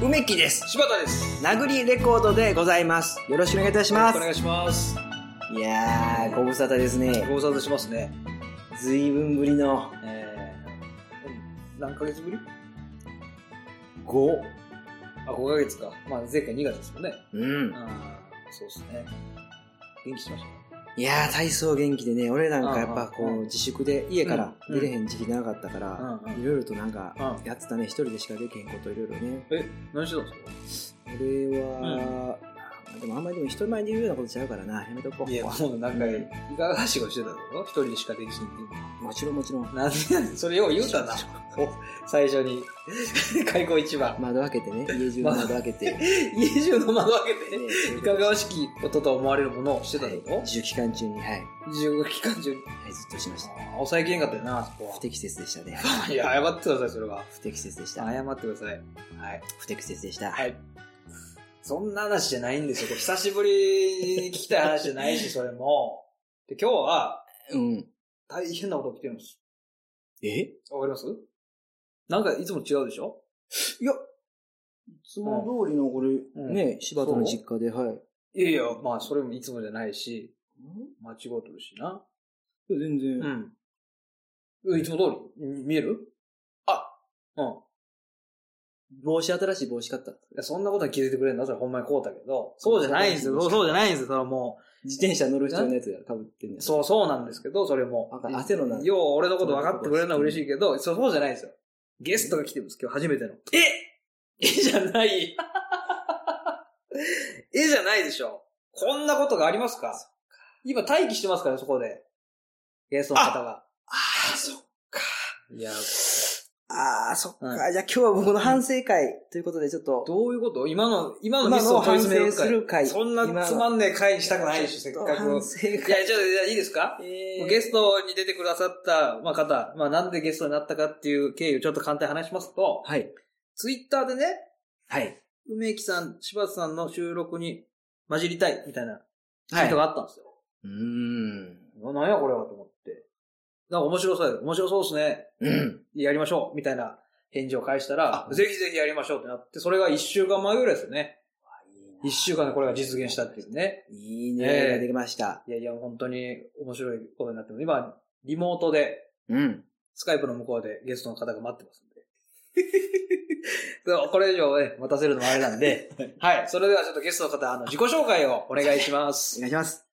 梅木です。柴田です。なぐりレコードでございます。よろしくお願いいたしまおす。願いします。いやー、ご無沙汰ですね。ご無沙汰しますね。ずいぶんぶりのえー、何ヶ月ぶり5。あ、5ヶ月か。まあ、前回2月ですもんね。うん。あーそうですね。元気しましたいやー、体操元気でね、俺なんかやっぱこうんううんうん自粛で家から出れへん時期長かったかうらん、うんいろいろとなんかうんやってたね、一人でしかできへんこといろいろね。え、何してたんですか俺は、でもあんまりでも人前で言うようなことちゃうからな、やめとこう。いや、もうなんか、いかがはしごしてたの一人でしかできひんっていうもちろんもちろん。なんでやねんそれよう言う たな。最初に。 開口一番。窓開けて ね、家中の窓開けて。家中の窓開けて、いかがはわしきことと思われるものをしてたのい自粛期間中に、はい。自由期間中に。はい、ずっとしました。あー抑えきれんかったよな、そこ不適切でした ね。は。いや、謝ってください、それは。不適切でした。謝ってください。はい。不適切でした。はい。そんな話じゃないんですよ。これ久しぶりに聞きたい話じゃない し、それも。で、今日はうん。大変なことが来てるんです。えわかりますなんかいつも違うでしょいや、いつも通りのこれ、んね、柴田の実家で、はい。いやいや、まあそれもいつもじゃないし、間違うとるしな。全然、うん。うんいつも通りみ見えるあうん。帽子新しい帽子買った。いやそんなことに気づいてくれるんだ。それほんまにこうだけど。そうじゃないんですよ。そうそうじゃないんですよ。それはも自転車乗る人のやつが被ってんねう。やそうそうなんですけど、それもわか。る汗の中よう俺のこと分かってくれるのは嬉しいけど、そうそうじゃないんですよ。ゲストが来てるんです。今日初めての。ええじゃない。 えじゃないでしょ。こんなことがありますか今待機してますから、そこで。ゲストの方が。ああ、そっか。いや、ああ、そっか。うんじゃあ今日は僕の反省会ということで、ちょっと、どういうこと今の、今の今ミスのをを問い反詰省めるす会。る会。そんなつまんねえ会にしたくないでしょ、せっかく反。省会。いや、じゃあ、じゃあいいですかえゲストに出てくださった、まあ、方、まあ、なんでゲストになったかっていう経緯をちょっと簡単に話しますと、はい。ツイッターでね、はい。梅木さん、柴田さんの収録に混じりたい、みたいなツイートがあったんですよ。うーん。ななんやこれはと思って。なんか面白そうや面白そうですね。うん。やりましょう、みたいな返事を返したら、あぜひぜひやりましょうってなって、それが一週間前ぐらいですよね。一週間でこれが実現したっていうね。いいね、ええができました。いやいや、本当に面白いことになってます。今、リモートで、うん。スカイプの向こうでゲストの方が待ってますんで。そうこれ以上ね、待たせるのもあれなんで。はい。それではちょっとゲストの方、あの、自己紹介をお願いしまおす。願いします。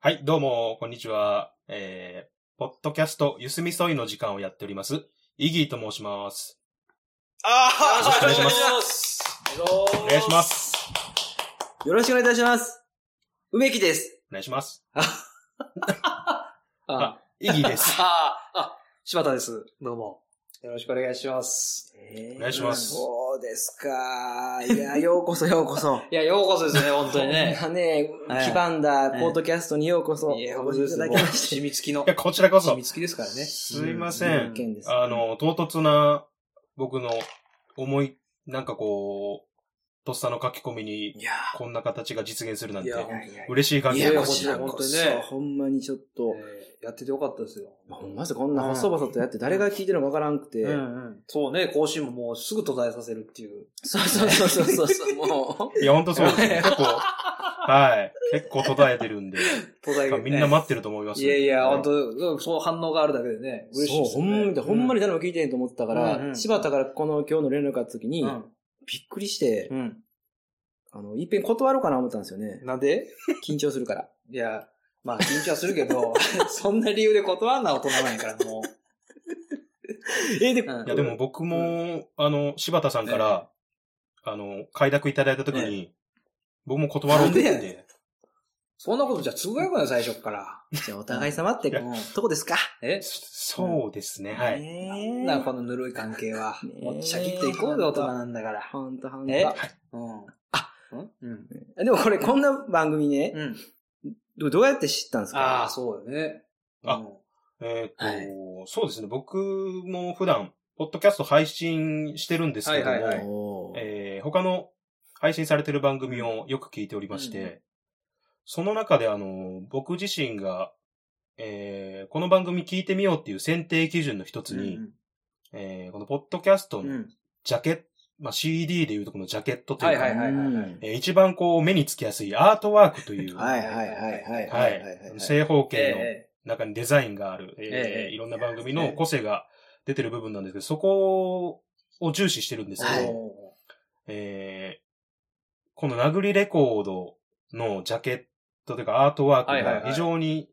はい、どうも、こんにちは。えー、ポッドキャスト、ゆすみそいの時間をやっております。イギーと申します。ああよろしくお願いします。おお願いしま。す。よろしくお願いいたします。梅木です。お願いします。ああイギーであ す。あ、あ、柴田です。どうも。よろしくお願いします。お願いしますそうですか。いや、 ようこそようこそ。いや、ようこそですね、本当にね。こんなねは、い基盤だ、ポッドキャストにようこそ。いや、お本当越でしいすただね。きもまうし染み付きのいや、、こちらこ染そみ。付きですからね。すいまた。せ。うん件です。あの、唐突な、僕の思い、なんかこう、とっさの書き込みに、いやこんな形が実現するなんいて、や嬉しい感いじや、でいここちちららここそそ、ほんまにちょっと、えーやっててよかったですよ。ほんまですよこんな細々とやって誰が聞いてるのかわからんくて。うんうん。そうね、更新ももうすぐ途絶えさせるっていう。そうそうそうそうそう そう、もいや、ほんとそうで すね。結構、はい。結構途絶えてるんで、途絶えみんな待ってると思います。いやいや、本は当そう反応があるだけでね、う。嬉しいそでう、ほすよんまね。に、ほんまに。に誰も聞いてへんと思ってたかうんうら、ん柴田からこの今日の連絡があった時に、びっくりしてう、ん。あの、いっぺん断ろうかな思ったんですよね。なんで緊張するから。いや、まあ緊張するけ ど、そんな理由で断んな大人なんやから、もう。え、で、うんいや、でも僕も、あの、柴田さんから、あの、快諾いただいたときに、僕も断ろうって言なんっでやて、そんなことじゃ都合よくない、最初っから。じゃあお互い様って、うんどこですかえそうですね、はい。いなんだこのぬるい関係は。ねえもうシャキッといこうよ、大人なんだから。ほんとほんと。えでうん。あうん。もこれこんな番組ね、うん。どどうやって知ったんですかああ、そうだね。あうんえっと、はそうですね、僕も普段、ポッドキャスト配信してるんですけども、はいはいはいおーえー他の配信されてる番組をよく聞いておりまして、うんうその中であの、僕自身が、えーこの番組聞いてみようっていう選定基準の一つに、うんえーこのポッドキャストうのん。ジャケッまあ、CD でいうとこのジャケットとはいういか、はいはいはいはい。えー一番こう目につきやすいアートワークという、はいはいはいはいははいいはい。正方形のえ中にデザインがある、えーええいろんな番組の個性が出てる部分なんですけど、そこを重視してるんですけはど、いおえーこの殴りレコードのジャケットというかアートワーはいクはいはがい非常に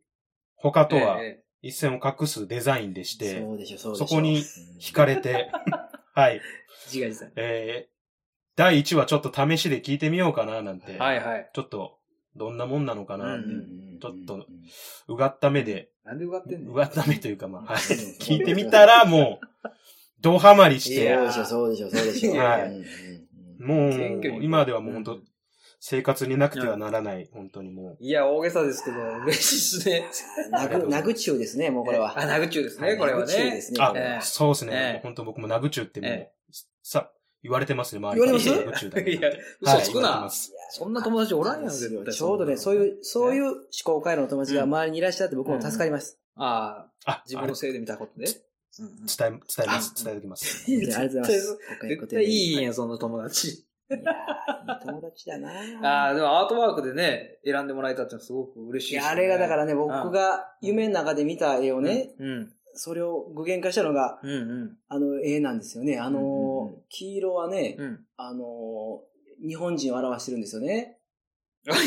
他ーとはええ一線を画すデザインでして、そうでしょ、そうでしそょ。こに惹かれて、はい、自画自賛。えー第1話ちょっと試しで聞いてみようかななんて、はいはい。ちょっとどんなもんなのかなって、ううんうんうんちょっとがった目で、なんでうがってんのうがった目というかま あ、はいうん聞いてみたらもう、ドハマりしそうて、でしょ、そうでしょ、そうでしょ。はいうんうんうんもう謙虚に今ではもう本う当ん生活になくてはならない、本当にもいや、大げさです けど、嬉しいですね。なぐ、なぐ中ですね、もうこれは。あ、ナグチュですね、これはなぐ中でね。すう。ね。あ、これはええそうですね。ええもう本当僕もナグチュってもう、えさ、言われてますね、周り言われナグチュだねいや、はい嘘つく言われてまな。すそんな友達おらんやん、絶対。ちょうどね、そうう。いう、そういう思考回路の友達が周りにいらっしゃって僕も助かります。ああ、あ、自分のせいで見たことね。伝え、伝えます。伝えてきます。ありがとうございます。絶対いいんや。や、その友達。いやーいい友達だなああ、でもアートワークでね、選んでもらえたってのはすごく嬉しい、いや、あれがだかららね、僕が夢の中で見た絵をね、うん。それを具現化したのが、うんうん。あの絵なんですよね。あのーうんうんうん黄色はね、うん。あのー日本人を表してるんですよね。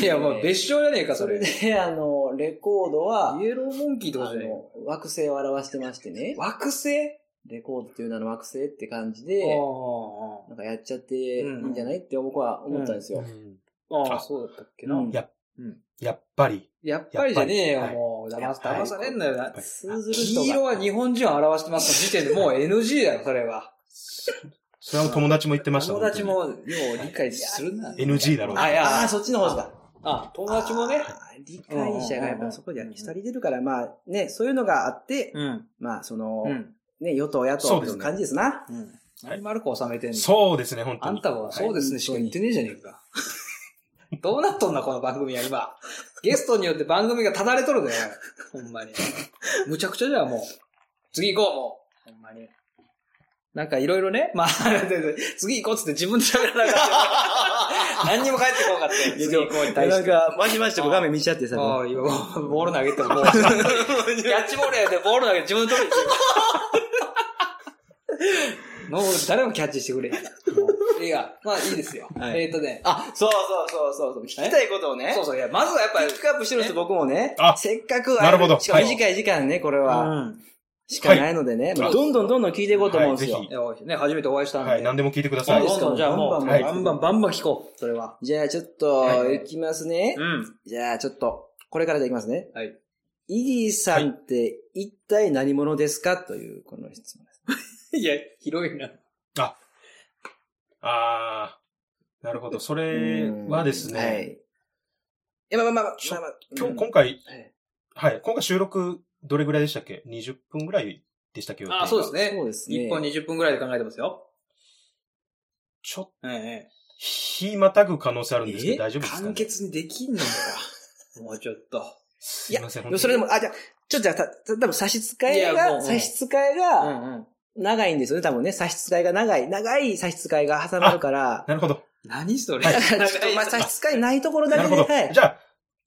いや、もう別称じゃねえか、そそれれ。で、 あのーレコードは、イエローモンキーってことあじゃねの、惑星を表してましてねえ。惑星レコードっていう名の惑星って感じで、なんかやっちゃっていいんじゃないって僕は思ったんですよ。ああ、あそうだったっけな。うんやっうんやっぱり、やっぱりじゃねえよ、やっぱりもう。騙す、はい騙されんのよな。通ずる人が黄色は日本人を表してますの時点でもう NG だよ、それは。それは友達も言ってました。友達も、本よう理解するな当。に NG だろう。あ、いあやあ、、そっちの方ですか。あ、友達もね。あー理解者がやっうんうんうんうんぱそこで人出るから、まあね、そういうのがあって、うん。まあその、うん。ね、与党野そ党うですのね感じですな。うん。何丸く収めてんのそうですね、本当あに。んたはそうですね、はいしか言ってねえじゃねえか。 どうなっとんな、この番組は今。ゲストによって番組がただれとるで、ほんまに。むちゃくちゃじゃん、もう。次行こう、もう。ほんまに。なんかいろいろね、まあ、 次行こうっつって自分で喋らなかった。何にも帰ってこなかったよ。いや次行こうに対して。か、まじまじとこう画面見ちゃってさああ、今、ボール投げても、ボール。 キャッチボールやで、ボール投げて自分で取るって。もう、誰もキャッチしてくれ。もういいや、まあいいですよ。はいえっとね、あ、そうそうそうそう。聞きたいことをね、そうそう、いや、まずはやっぱりピックアップしてるんです、僕もねあ。せっかく、なるほどあのしかもはい短い時間ね、これは、うん。しかないのでね、はいどんどんどんどん聞いていこうと思うんですよ。はいいや、ね、初めてお会いしたんで。はい、何でも聞いてくだそさうい。どんどんじゃあもう、はいバンバン、バンバン聞こう。それは。じゃあちょっはと、いいきますね。ん。じゃあちょっと、これからでいきますね。はい。イギーさんって一体何者ですかという、この質問です。 いや、広いな。あー、なるほど。それはですうんはね、い。いや、まあまあまあ、ちょまあまあ、今う日、ん今回い、はい、今回収録どれぐらいでしたっけ ?20 分ぐらいでしたっけあ、そうですね。ねそう。ですね。 1本20分ぐらいで考えてますよ。ちょっと、ええ。日またぐ可能性あるんですけど、大丈夫ですか、ね、簡潔にできんのか。もうちょっと。すいません、でもそれでも、あ、じゃあちょっとじゃあ、た、た多分差し支えいやもうが、うん差し支えがうん。長いんですよね、多分ね。差し支えが長い。長い差し支えが挟まるから。なるほど。何そ れ。だからちょっと、まあ、差し支えないところだなけるで、ほど。はいじ。ゃあ、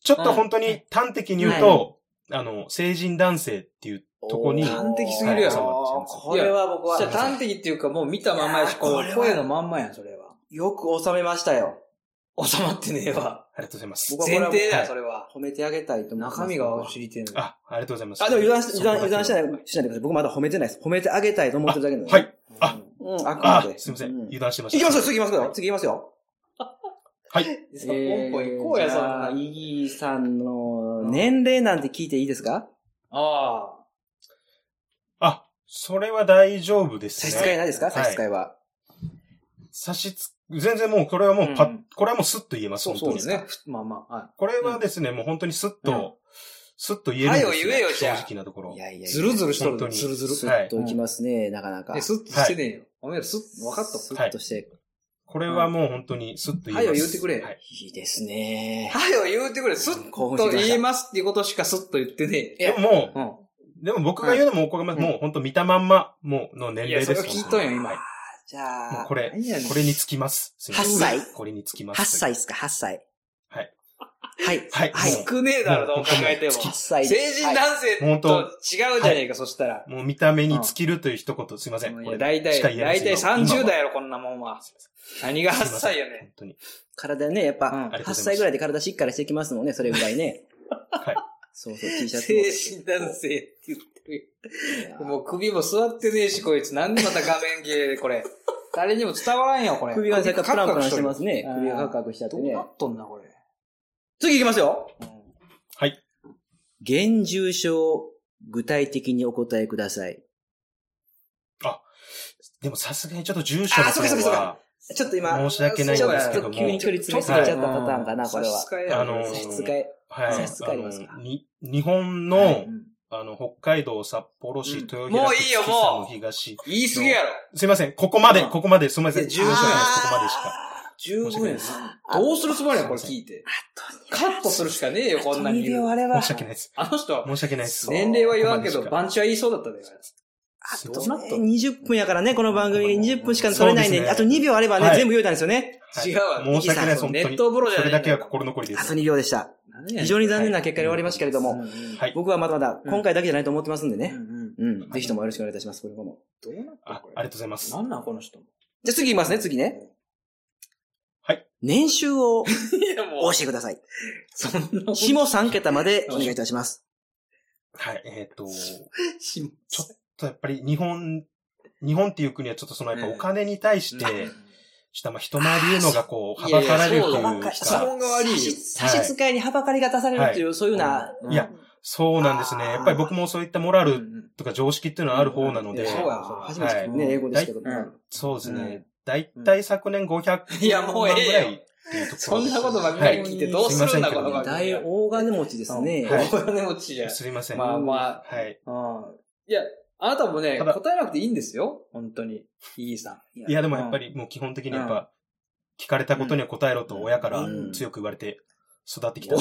ちょっと本当に端的に言うと、あの、成人男性っていうとこに、おー端的すぎるやろはい収まってますこれは僕はじゃあ端的っていうかもう見たまんまやし、いやーここれうは声のまんまやん、それは。よく収めましたよ。収まってねえわ。ありがとうございます僕。はこ前れ提だはよ、いそれは。褒めてあげたいと思います中身が知りてえの。あ、ありがとうございます。あ、でも油断し、油断、そこ油だけは断しない、しないでください。僕まだ褒めてないです。褒めてあげたいと思ってるだけなんで。はい。あううん、あくまあで。、すいません。う油断してましいきた。ますよ、次行きますよ。次行きますよ。はい。ん。ポンポン行こうや、そんな。イギーさんの年齢なんて聞いていいですかああ、それは大丈夫です差ね。し支えないですかはい差し支えは。差しつ、全然もう、これはもうパッ、うんこれはもうスッと言えまあ。す、そう本当そうに。ですね。まあまあ、はこれはですね、もう本当にスッと、うんスッと言えるんですよ。はいよ言えよじ正ゃあ直なところ。いやいやいや。い。ずるずるしとる本当で。にずるずスる。ッといきますね、なかなか。え、ススッとしてねえよ。おめえらスッ、わかったスはッいとして。これはもう本当にスッと言えまはす。いよ言ってくれはいいいですね。はよ、言うてくれ。スッ興奮しとてきました言いますっていうことしかスッと言ってねえ。でももうん。う、でも僕が言うのも、これももう本当見たまんま、もう、の年い齢や、ですそよ。れを聞いとんよ、今はい。じゃもあ、うこれ何やね、んこれにつきます。すいません8歳これにつきま8す。歳っすか、8歳。はい。はい。はいも少ねえだろ、どう考えても。 8成歳人男性と違はういじゃねえか、そしたら。もう見た目に尽きるという一言、すいません。いこや、れ大体、しか言えない大体です今は30代やろ、こんなもんは。何が8歳やね本当に。体ね、やっうんぱ、ありがとうござい8ます歳ぐらいで体しっかりしてきますもんね、それぐらいね。はい。そうそう、T ん。シャツ成人男性って言ってるよ。もう首も座ってねえし、こいつ。なんでまた画面切れで、これ。誰にも伝わらんよ、これ。。首がね、さっきからプランプランしてますすね。うん首がカクカクしちゃってどうねな。っとんな、これ。次行きますよ。はい。現住所、具体的にお答えください。でもさすがにちょっと住所のあそうかそうかそ方うは、ちょっと今、申し訳ないんですけどもちょっと急に距離詰めすぎちゃったパターンかな、これは。ああの差ーし支え。はい。差し支えありますかあのに日本はのい、あの、北海道札幌市うん豊平もう区いいよ月もうの東。言い過ぎやろ。すいません、ここまで、うんここまで、すいません。いや住十所分なんです、ここまでしか。あー十分やなあどうするつもりやん、これ聞いて。カットするしかねえよ、こんなにいる。あれ申し訳ないです。あの人、申し訳ないで す。年齢は言わんけど、ここま番地は言いそうだったで。あとどうなっねとん20分やからね、この番組20分しか取れないんそうで、ですあねと2秒あればね、はい全部用意したんですよね。でし違たうはわ。い申し訳ないです、本ネ当ッに。ト風呂じゃそねえれんだだけは心残りであとす。 2秒でした。非常に残念な結果で終わりましたけれどうも、んうんはい僕はまだまだうん今回だけじゃないと思ってますんでね。うんうん。ぜひともよろしくお願いいたします、これからも。どうなっああたこりがとれう。ございます。なんなん、この人。じゃあ次いきますね、次ね。はい。年収を教いや、もうえ、てください。そんな。下3桁までお願いいたします。はい、えっと、しもちょっとやっぱり日本、日本っていう国はちょっとそのやっぱお金に対して、ちょっとまあ人前で言うのがこう、はばかられるといういやいやか、そうだそが悪いよ差し差し支えにはばかりが出されるという、そういうような、うんいやうなんですね。やっぱり僕もそういったモラうんうルんとか常識っていうのはある方なのいでや、そうや初めて聞くね、はい英語ですけど。うんうんそうですうねん。だいたい昨年500いやもう万ええよぐらいっていうところです。そんなことばっかり聞いてどうするんだ、はいこの番組。大大金持ちですね。はい大金持ちじゃん。すいません。まあはまあ、い。うんいや、あなたもね、ただ答えなくていいんですよ。本当に。いいさん。いや、でもやっぱりもう基本的にやっぱ、聞かれたことには答えろと親から強く言われて育ってきた。うん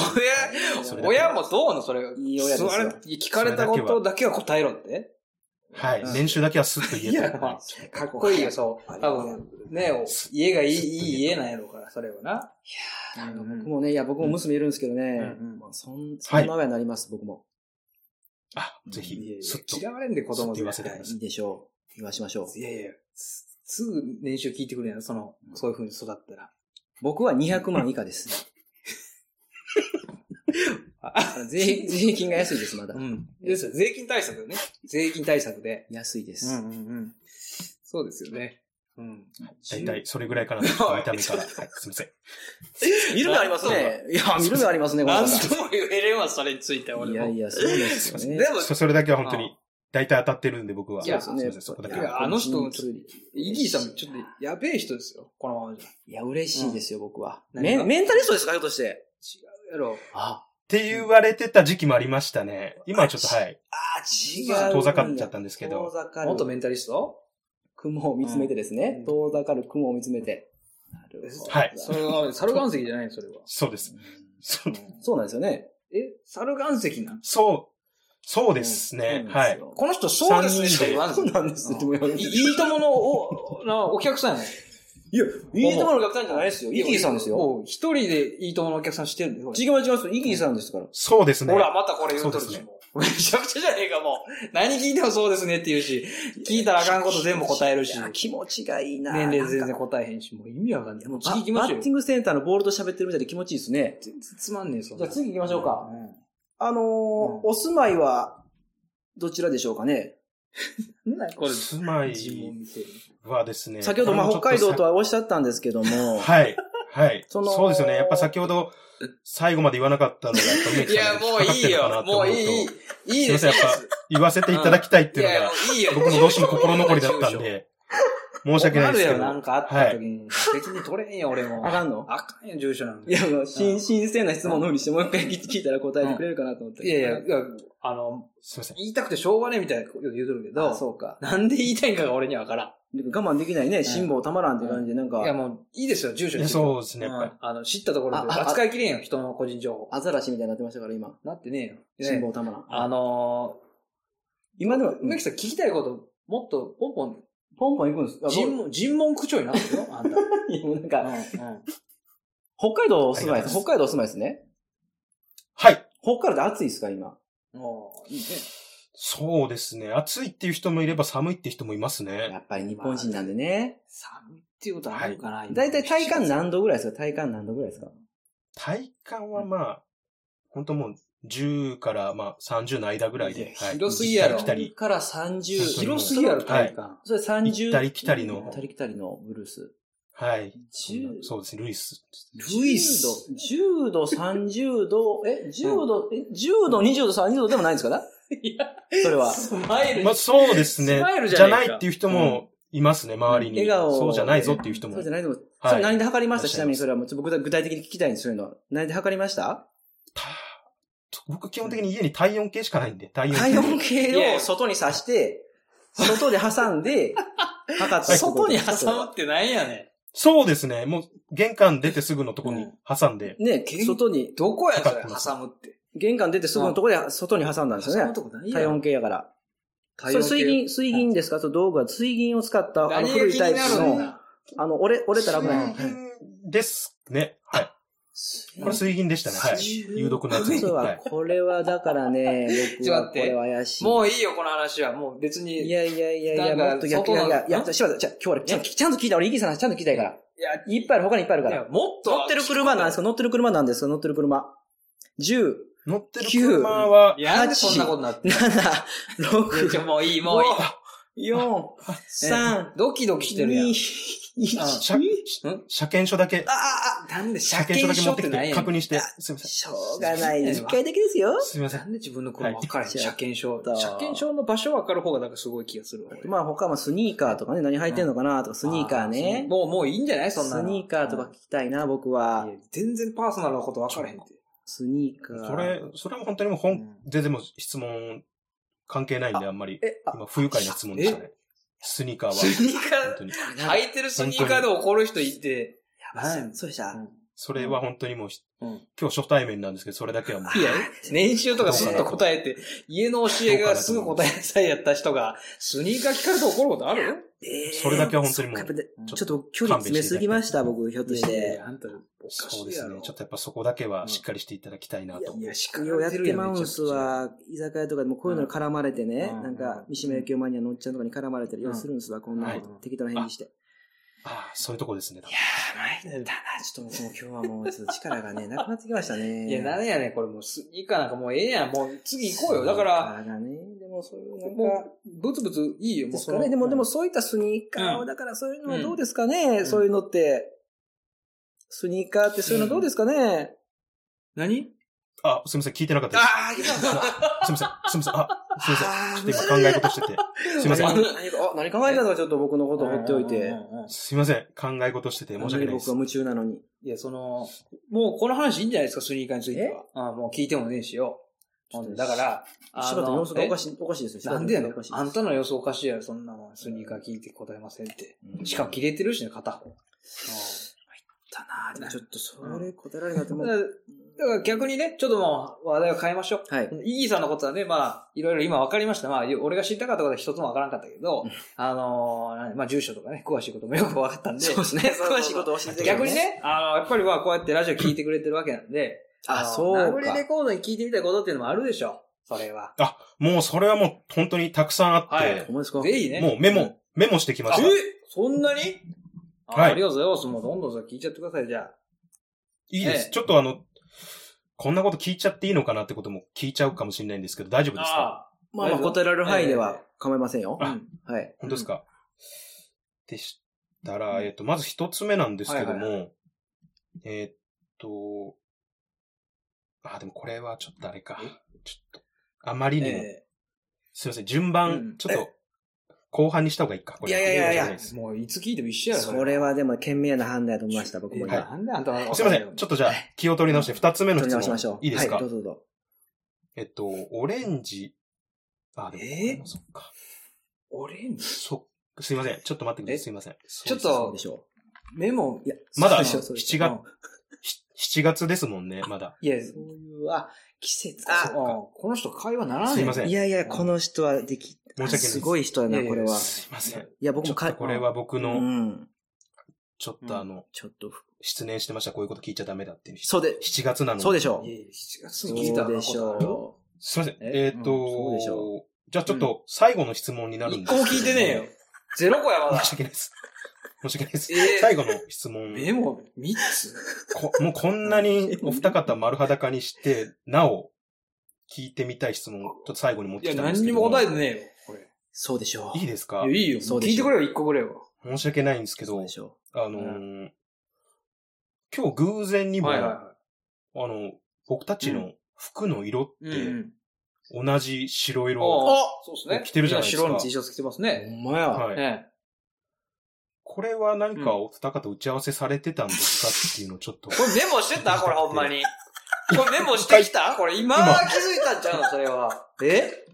それだけ親もどうのそれ。いい親ですよ座れ聞かれたことだけは答えろって。はい。うん年収だけはスッと言えいたやまあかっこいいよ、そう。多分、ね、お家がいい、いい家なんやろうから、それはな。いや僕もね、いや、僕も娘いるんですけどね。うんうんまあ、そん、そんな親になります、僕も。あ、ぜいやいひ、やスッと。嫌われんで、子供すっと言わせ絶て対くだいいでしょう。言わしましょう。いやいや、すすぐ年収聞いてくれんやろ、その、そういう風に育ったら。僕は200万以下です。税、税金が安いです、まだう。ん。ですよ、税金対策よね。税金対策で。安いでうんす。うんうん。そうですよね。うん。大体、それぐらいかなと。 見た目から。はい、すいません。見る目ありますね。いや、見る目ありますね、この何方とも言えれんわ、それについては俺も。いやいや、そうですよね。でも、そそれだけは本当うんに、大体当たってるんで僕は。いやすそいうませでん、すそねこだいけやは。あの人ちょっいイギーさん、ちょっと、やべえ人ですよ。このままじゃ。や、嬉しいですよ、僕は。何メがンメンタリストですか、ひょっとして。やろ。あ、って言われてた時期もありましたね。今はちょっと、はい。違遠ざかっちゃったんですけど遠ざかる。元メンタリスト雲を見つめてですねうん。遠ざかる雲を見つめて。なるほど。はいそれは、猿岩石じゃないの、それは。そうです。そう、そうなんですよね。え、猿岩石なんそうそうですね。そうなんはですい。よこの人、そうですね、しか言わんそうなんですよ。でもいいいとものお、なお客さんやね。いや、いいとものお客さんじゃないですよイギーさんですよ一人でいいとものお客さんしてるんで、ほら違います、違います。イギーさんですから。そうですねほ。ら、またこれ言うとるそうでし、すねもう。めちゃくちゃじゃねえか、もう。何聞いてもそうですねって言うし、聞いたらあかんこと全部答えるしい、や気持ちがいいな年齢全なん然か答えへんし、もう意味わかんない。もうバ次行きまバしょうッよティ。ングセンターのボールと喋ってるみたいで気持ちいいですね。全然つまんねえ、そんじなゃあ次行きましょうか。うんあのーお住まいは、どちらでしょうかね。なんこれ、住まい尋問見てるはですね。先ほど、まあ、こ北れもちょ海道っさとはおっしゃったんですけども、はい。はい。そのそうですよね。やっぱ先ほど、最後まで言わなかったのが、やっぱ梅木いや、さんにもう引っかかっいているかなよっ。ても思うういい、いと、い、いいですすいませんやっ言わせていただきたいっていいうのや、もが、ういいよ。僕のどうしても心残りだったんで、申し訳ないですけあるよ、なんど。かあった時に。責任取れへんよ、俺も。あかんのあかんよ、住所なんいで。や、もう、新、新鮮な質問のふりして、もう一回聞いたら答えてくれるかなと思って。いやいや、いやあの、すいません。言いたくてしょうがねえみたいなこと言うとるけあど、そうか。なんで言いたいんかが俺にはわからで我慢できないね、辛抱たまらんって感じで、なんん。いや、か、もう、いいですよ、住所いやそうですねやっぱりうんあの、知ったところでああ扱いきれんよ、人の個人情報。アザラシみたいになってましたから、今。なってねえよ。辛ね抱たまらん。あのー、今でも、梅木さん聞きたいこと、もっとポンポン、香港行くんですあどう尋問、尋問区長になってるよ、あんた。いやもうなんか、うんうん北海道お住まいです。北海道お住まいですね。はい。北海道って暑いですか、今。もういいねそうですね。暑いっていう人もいれば寒いって人もいますね。やっぱり日本人なんでね。寒いっていうことはあるかな、だいたい体感な何度ぐらいですか体感何度ぐらいですか体感はまあ、本当もう10からまあ30の間ぐらいいで。や広すぎやろ行ったり来から30。広すぎやろ、体感。それたり。 30。行ったり来たり行のった。り来たりのブルース。はい。 10そうですね、ルイス。ルイス10度、30度、え、10度、え、10度、20度、30度でもないんですかね いや、それは。スマイル。まあそうですね。スマイルじじゃゃなないかいっていう人もいますね、周りに。笑顔。そうじゃないぞっていう人も。そうじゃないでも、はいそれ何で測りましたいらっしゃちないますみにそれはもう、ちょっと僕は具体的に聞きたいんです、そういうのは。何で測りましたた僕基本的に家に体温計しかないんで、体温計。体温計やを外に刺して、外で挟ん で、測った外に挟むってなんやねん。そうですね。もう玄関出てすぐのとこに挟んで。ね、外に、どこや、そ れ、挟むって。玄関出てすぐのところで外に挟んだんです挟よむね。とこないや体ろ温計やから。そ体れ温計水銀、水銀ですかその道具は水銀を使った、あの何が古い気タイにプなるんの、だあの、折れ、折れたら危ない。水銀ですね。はい。これ水銀でしたね。はい。有毒のやつ実は、はいこれはだから ね、僕はこれは怪しい。もういいよ、この話は。もう別に。いいや、やいやいやいや、なんかもっと逆外いやのいや、いんや、しばらく、じゃあ今日俺、ちゃんちゃんと聞いた、俺、イギーさんの話ちゃんと聞いたいから。いいっぱいある、他にいっぱいあるからや。もっと。乗ってる車なんですか乗ってる車なんですか乗ってる車。10、乗ってる車は、いや、なんでそんなことになってんの7、いやちょ6、もういい、もういい。 4、3、ドキドキしてるやん。 2、うん車ん車検証だけ、ああ、なんで車車検証だ検け証持っっててきなんてやね確ん。認して、すみません。しょうがないです。一回だけですよ。すみませ。なんんで自分の車分からへん。はい車検証ちょっ。と車検証の場所分かる方がなんかすごい気がするわ。俺まあ他はスニーカーとかね、何履いてんのかなとか、スニーカーね。もう、もういいんじゃないそんなスのニーカーとか聞きたいな、僕はうん。いや全然パーソナルなこと分からへんって。スニーカー。それ、それも本当にもうう本、ん全然もう質問関係ないんで、あんまり。え、あ、今、不愉快な質問でしたね。スニーカーは。スニーカ本ー当に。 履いてるスニーカーで怒る人いて。やなばんやい。そうでした。それは本当にもう、うん今日初対面なんですけど、それだけはもう。いや、 年収とかすっと答えて、家の教えがすぐ答えなさいやった人が、スニーカー聞かれて怒ることあるえーそれだけは本当にもうそっかやっぱうんちょっと距離詰めすぎました、僕、ひょっとしいやいてや。あんた、おかしそうでいやすねろ。。ちょっとやっぱそこだけはしっかりしていただきたいなと。いや、し副業やってマウンスは、居酒屋とかでもこういうのに絡まれてね、うんなんか、三島由紀夫マニアのおっちゃんとかに絡まれたりようするんですわ、こんなことはい適当な返事して。ああ、そういうとこですね。いやー、参ったな。ちょっともう今日はもうちょっと力がね、なくなってきましたね。 いや、なんやねん、これもうスニーカーなんかもうええやん。もう次行こうよ。だかスニら、ーカーがね、でもそういう、なんか、もう、ぶつぶついいよ、もでうすそかの。ね。でも、でもそういったスニーカーを、うんだからそういうのはうんどうですかね、んそういうのって。スニーカーってそういうのどうですかね、何あ、すみません、聞いてな かったです。ああ、いやすみません、すみません、あ、すみまあーせん。ちょっと今考え事してて。すみません何あ何考えたのかちょっと僕のことを放っておいて。すみません、考え事してて申し訳ないで僕すは。夢中なのに。いや、その、もうこの話いいんじゃないですか、スニーカーについては。ああもう聞いてもねえしよ。ほんでだから、あ柴田の様子がおかの、しい、おかしいですえよ。なんでやねおんかしい。あんたの様子おかしいやろ、そんなもん。スニーカー聞いて答えませんって。うんしかも切れてるしね、片方。だなぁでもちょっとそれ答えられなくてもだか。らだから逆にね、ちょっともう話題を変えましょう。はい。イギーさんのことはね、まあ、いろいろ今分かりました。まあ、俺が知りたかったことは一つも分からなかったけど、あのーまあ、住所とかね、詳しいこともよく分かったんで、詳しいこととを教えてくれる逆に。ね、あの、やっぱりまあ、こうやってラジオ聞いてくれてるわけなんで、あ、のそう殴りか。レコードに聞いてみたいことっていうのもあるでしょ。それは。あ、もうそれはもう本当にたくさんあって、はいほんまですかぜひね。もうメモ、メモしてきまあしえた。いそんなにあ,、はいありがとうございます。もうどんどんそれ聞いちゃってください、じゃあ。いです。ええちょっとあの、こんなこと聞いちゃっていいのかなってことも聞いちゃうかもしれないんですけど、大丈夫ですかあまあまあ答えられる範囲でえは構いませんよ。あ、あうんはい。本当ですか、でしたら、えっ、と、まず一つ目なんですけども、はいはえっと、あ、でもこれはちょっとあれか。ちょっと、あまりにも、えすいません、順うん番、ちょっと、後半にした方がいいか。こえれいやいやいやいじゃなやで、すもういつ聞いても一緒やろ。それはでも、賢明な判断やと思いました、僕もえ今。なんであんたすいません、ちょっとじゃあ気を取り直して二つ目の取り直質しましょ問う。いいですか、はい、どうぞどうぞ。えっと、オレンジ、あ、でもこれもそっか。オレンジそすいません。ちょっと待ってくだえさい。すいません。ちちょっとそうでしょメモう。い、や、まだそうでしょそうでしょ7月、7月ですもんね、まだ。いや、そういう、あ、季節あ、か。この人会話ならない。すいませんいやいや、この人はでき、申し訳ないです。すごい人やいな、やいやこれは。すいません。いや、僕ちょもっとこれは僕うの、ん。ちょっとあの、ちょっと、失念してました。こういうこと聞いちゃダメだっていう。そうで、 7月なのにそうでしょう。いやいや7月そうに聞いたらでなしことあるょすいません。ええーっと、うんそうでしょじゃあちょっと最後の質問になるん一です個けども聞いてねえよ。。ゼロ個やまだ 申。し訳ないです。申し訳ないです。えー最後の質問。メモ3つこもうこんなにお二方丸裸にして、なお、聞いてみたい質問、ちょっと最後に持っいてや、きたんで何すけにど。も答えてい。ねえよ、これ。そうでしょう。いいですかいや、いいよ。そうで聞しょいてくれよ、1個くれよ。申し訳ないんですけそどうで、しょあのー今日偶然にも、はいはいあはの、僕たちの服の色っい。て、。同じ白あ色。あそうですね。着てるじゃないですかみん白の T シャツ着てますう。ね。ほんまや。はい。えこれは何かお二方打ち合わせされてたんですかっていうのを ちょっとえ。これメモしてたこれほんま に。これメモしてきたこれ今気づいたんちゃうのそれは。え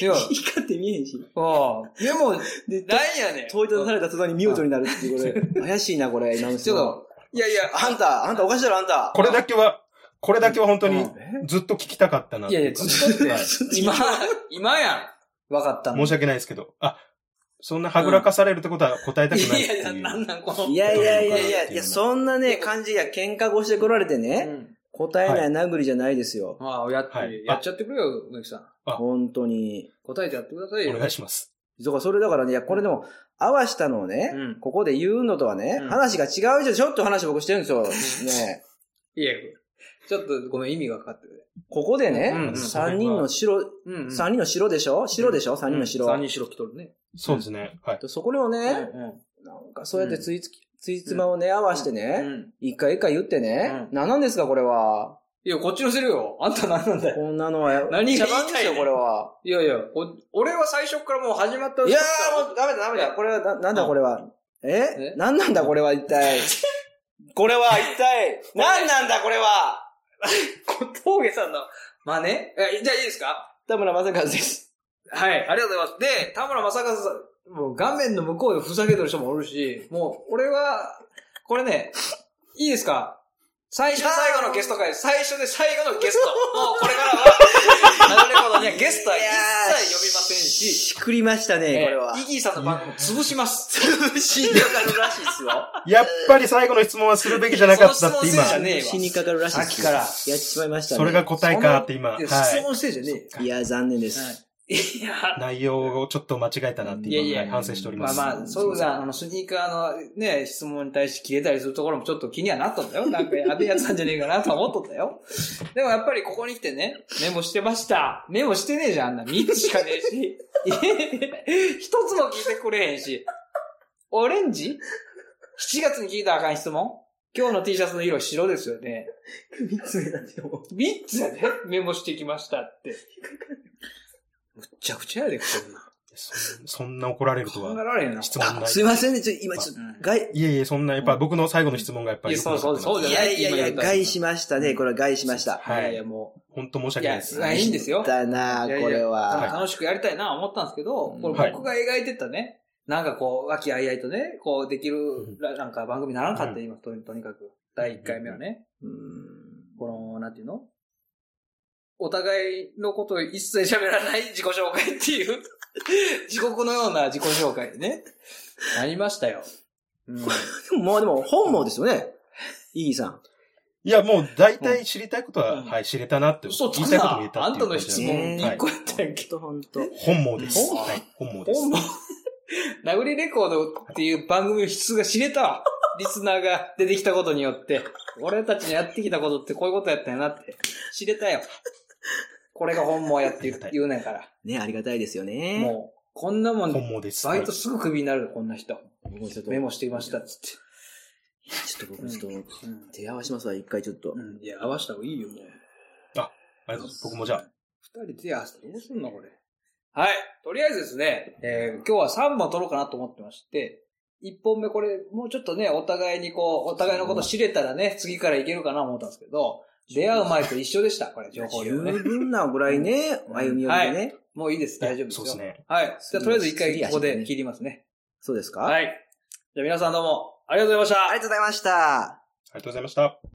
いや、あ光って見えへんし。あ。メモ、なんやねん。問いただされた途端に見事になるっていう、 これ。怪しいな、これ、直しちょっと、いやいや、あんた、あんたおかしいだろ、あんた。これだけは、これだけは本当うにんずっと聞きたかったなっいてやいいや、うずか。っとってはい、 今、今やん。わかった申し訳ないですけど。あ、そんなはぐらかされるってことは答えたくないいってやいいや、う。なんなん、この。いやいやいやいや、いや、そんなね、感じや、喧嘩越してこられてね、うん答えない殴りじゃないですよ。ああ、やって、はいやっちゃってくれよ、植木さん。あ本当に。答えてやってくださいよ。お願いします。だからそれだからね、いや、これでも、合わしたのをね、うんここで言うのとはね、うん話が違うじゃん、ちょっと話僕してるんですよ。ねいや、ちょっとごめん、意味が分かってて。ここでね、うんうん三3人の白、うん、うん。三人の白でしょ白でしょ ?3 人の白。三人白着とるね。そうですね。はい。そこをね、うんなんかそうやってついつき、ついつまをね、合わしてうね、ん。一回一回言ってね、何なんですか、これは。いや、こっちのせるよ。あんた何なんだよ。こんなのは、何が言い茶たいねん番ですよ、これは。いやいや、お俺は最初からもう始まった。いやー、もうダメだ、ダメだ。これは、ななんだ、これは。ええなんなんだ、これは、一体。 これは、一体。なんなんだ、これは。小峠さんの真似えじゃあいいですか田村正和です。はい、ありがとうございます。で、田村正和さん、もう画面の向こうでふざけてる人もおるし、もう俺は、これね、いいですか最初、最後のゲスト会、最初で最後のゲスト。もうこれからは、なるほどね、ゲストは一切呼びませんし、しくりましたね、これはえー。イギーさんの番組 潰します。死にかかるらしいですよ。やっぱり最後の質問はするべきじゃなかったってその質問今せい、じゃねえわ死にかかるらしいですよさっきからやっちまいましたね。それが答えかって今、はいや質問してんじゃねいや、残念です。えよ。いや、い。内容をちょっと間違えたなっていやい今、やはい反省しておりままあす。まあ、そうだ、あの、スニーカーのね、質問に対して切れたりするところもちょっと気にはなったんだよ。なんかやべえやつなんじゃねえかなとは思っとったよ。でもやっぱりここに来てね、メモしてました。メモしてねえじゃん、あんな。3つしかねえし。 一つも聞いてくれへんし。オレンジ ?7 月に聞いたらあかん質問今日の T シャツの色白ですよ ね。三つ目だけど。 3つやで、メモしてきましたって。むっちゃくちゃやで、こんな。そんそんな怒られると考えは、られへんな。質問あ、ないすい。ませんね、ちょ、今ちょっとうん、外、いやいや、そんな、やっぱ僕の最後の質問がやっぱり良くなかったな。いやそうそうそういじゃなやいいやいや、今害しましたね、これは害しました。はいいやいや、も本当申しう。い訳ないや、です。いやいいんですよ。だなあいやいやこれは。楽しくやりたいな思ったんですけど、こはれい僕が描いてたね、なんかこう、和気あいあいとね、こうできる、なんか番組にならんかった、今、ととにかく。第1回目はね、うーんこの、なんていうのお互いのことを一切喋らない自己紹介っていう、 地獄のような自己紹介でね、なりましたよ。うん。でもまあでも、本望ですよね。イギーさん。いや、もう大体知りたいことは、うんはい、知れたなって。嘘つ言いくたいことなも言えたあっんていたうの感じ質で問1個やったやんけ。とほんと。本望です。本望はい、本望です。本望。殴りレコードっていう番組の質が知れたわ。リスナーが出てきたことによって、俺たちのやってきたことってこういうことやったんやなって知れたよ。これが本望やって言う言うねんから。ね、ありがたいですよね。もう、こんなもん、本望です。バイトすぐクビになるよこんな人。僕もちょっと、メモしていましたっつって。ちょっと僕ちょっと、うん手合わしますわ、一回ちょっと。うん。いや、合わした方がいいよ、もう。ありがとうございます。僕もじゃあ、二人手合わせてどうすんのこれ。はい。とりあえずですね、えー今日は3本撮ろうかなと思ってまして、1本目これ、もうちょっとね、お互いにこう、お互いのこと知れたらね、次からいけるかな思ったんですけど、出会う前と一緒でした、これ、情報十量ね。分なぐらいね、うん歩み寄りでね。もういいです、大丈夫ですそよ。うですね。はい。じゃあ、とりあえず一す回り足ここで切りますね。そうですかはい。じゃあ、皆さんどうも、ありがとうございました。ありがとうございました。ありがとうございました。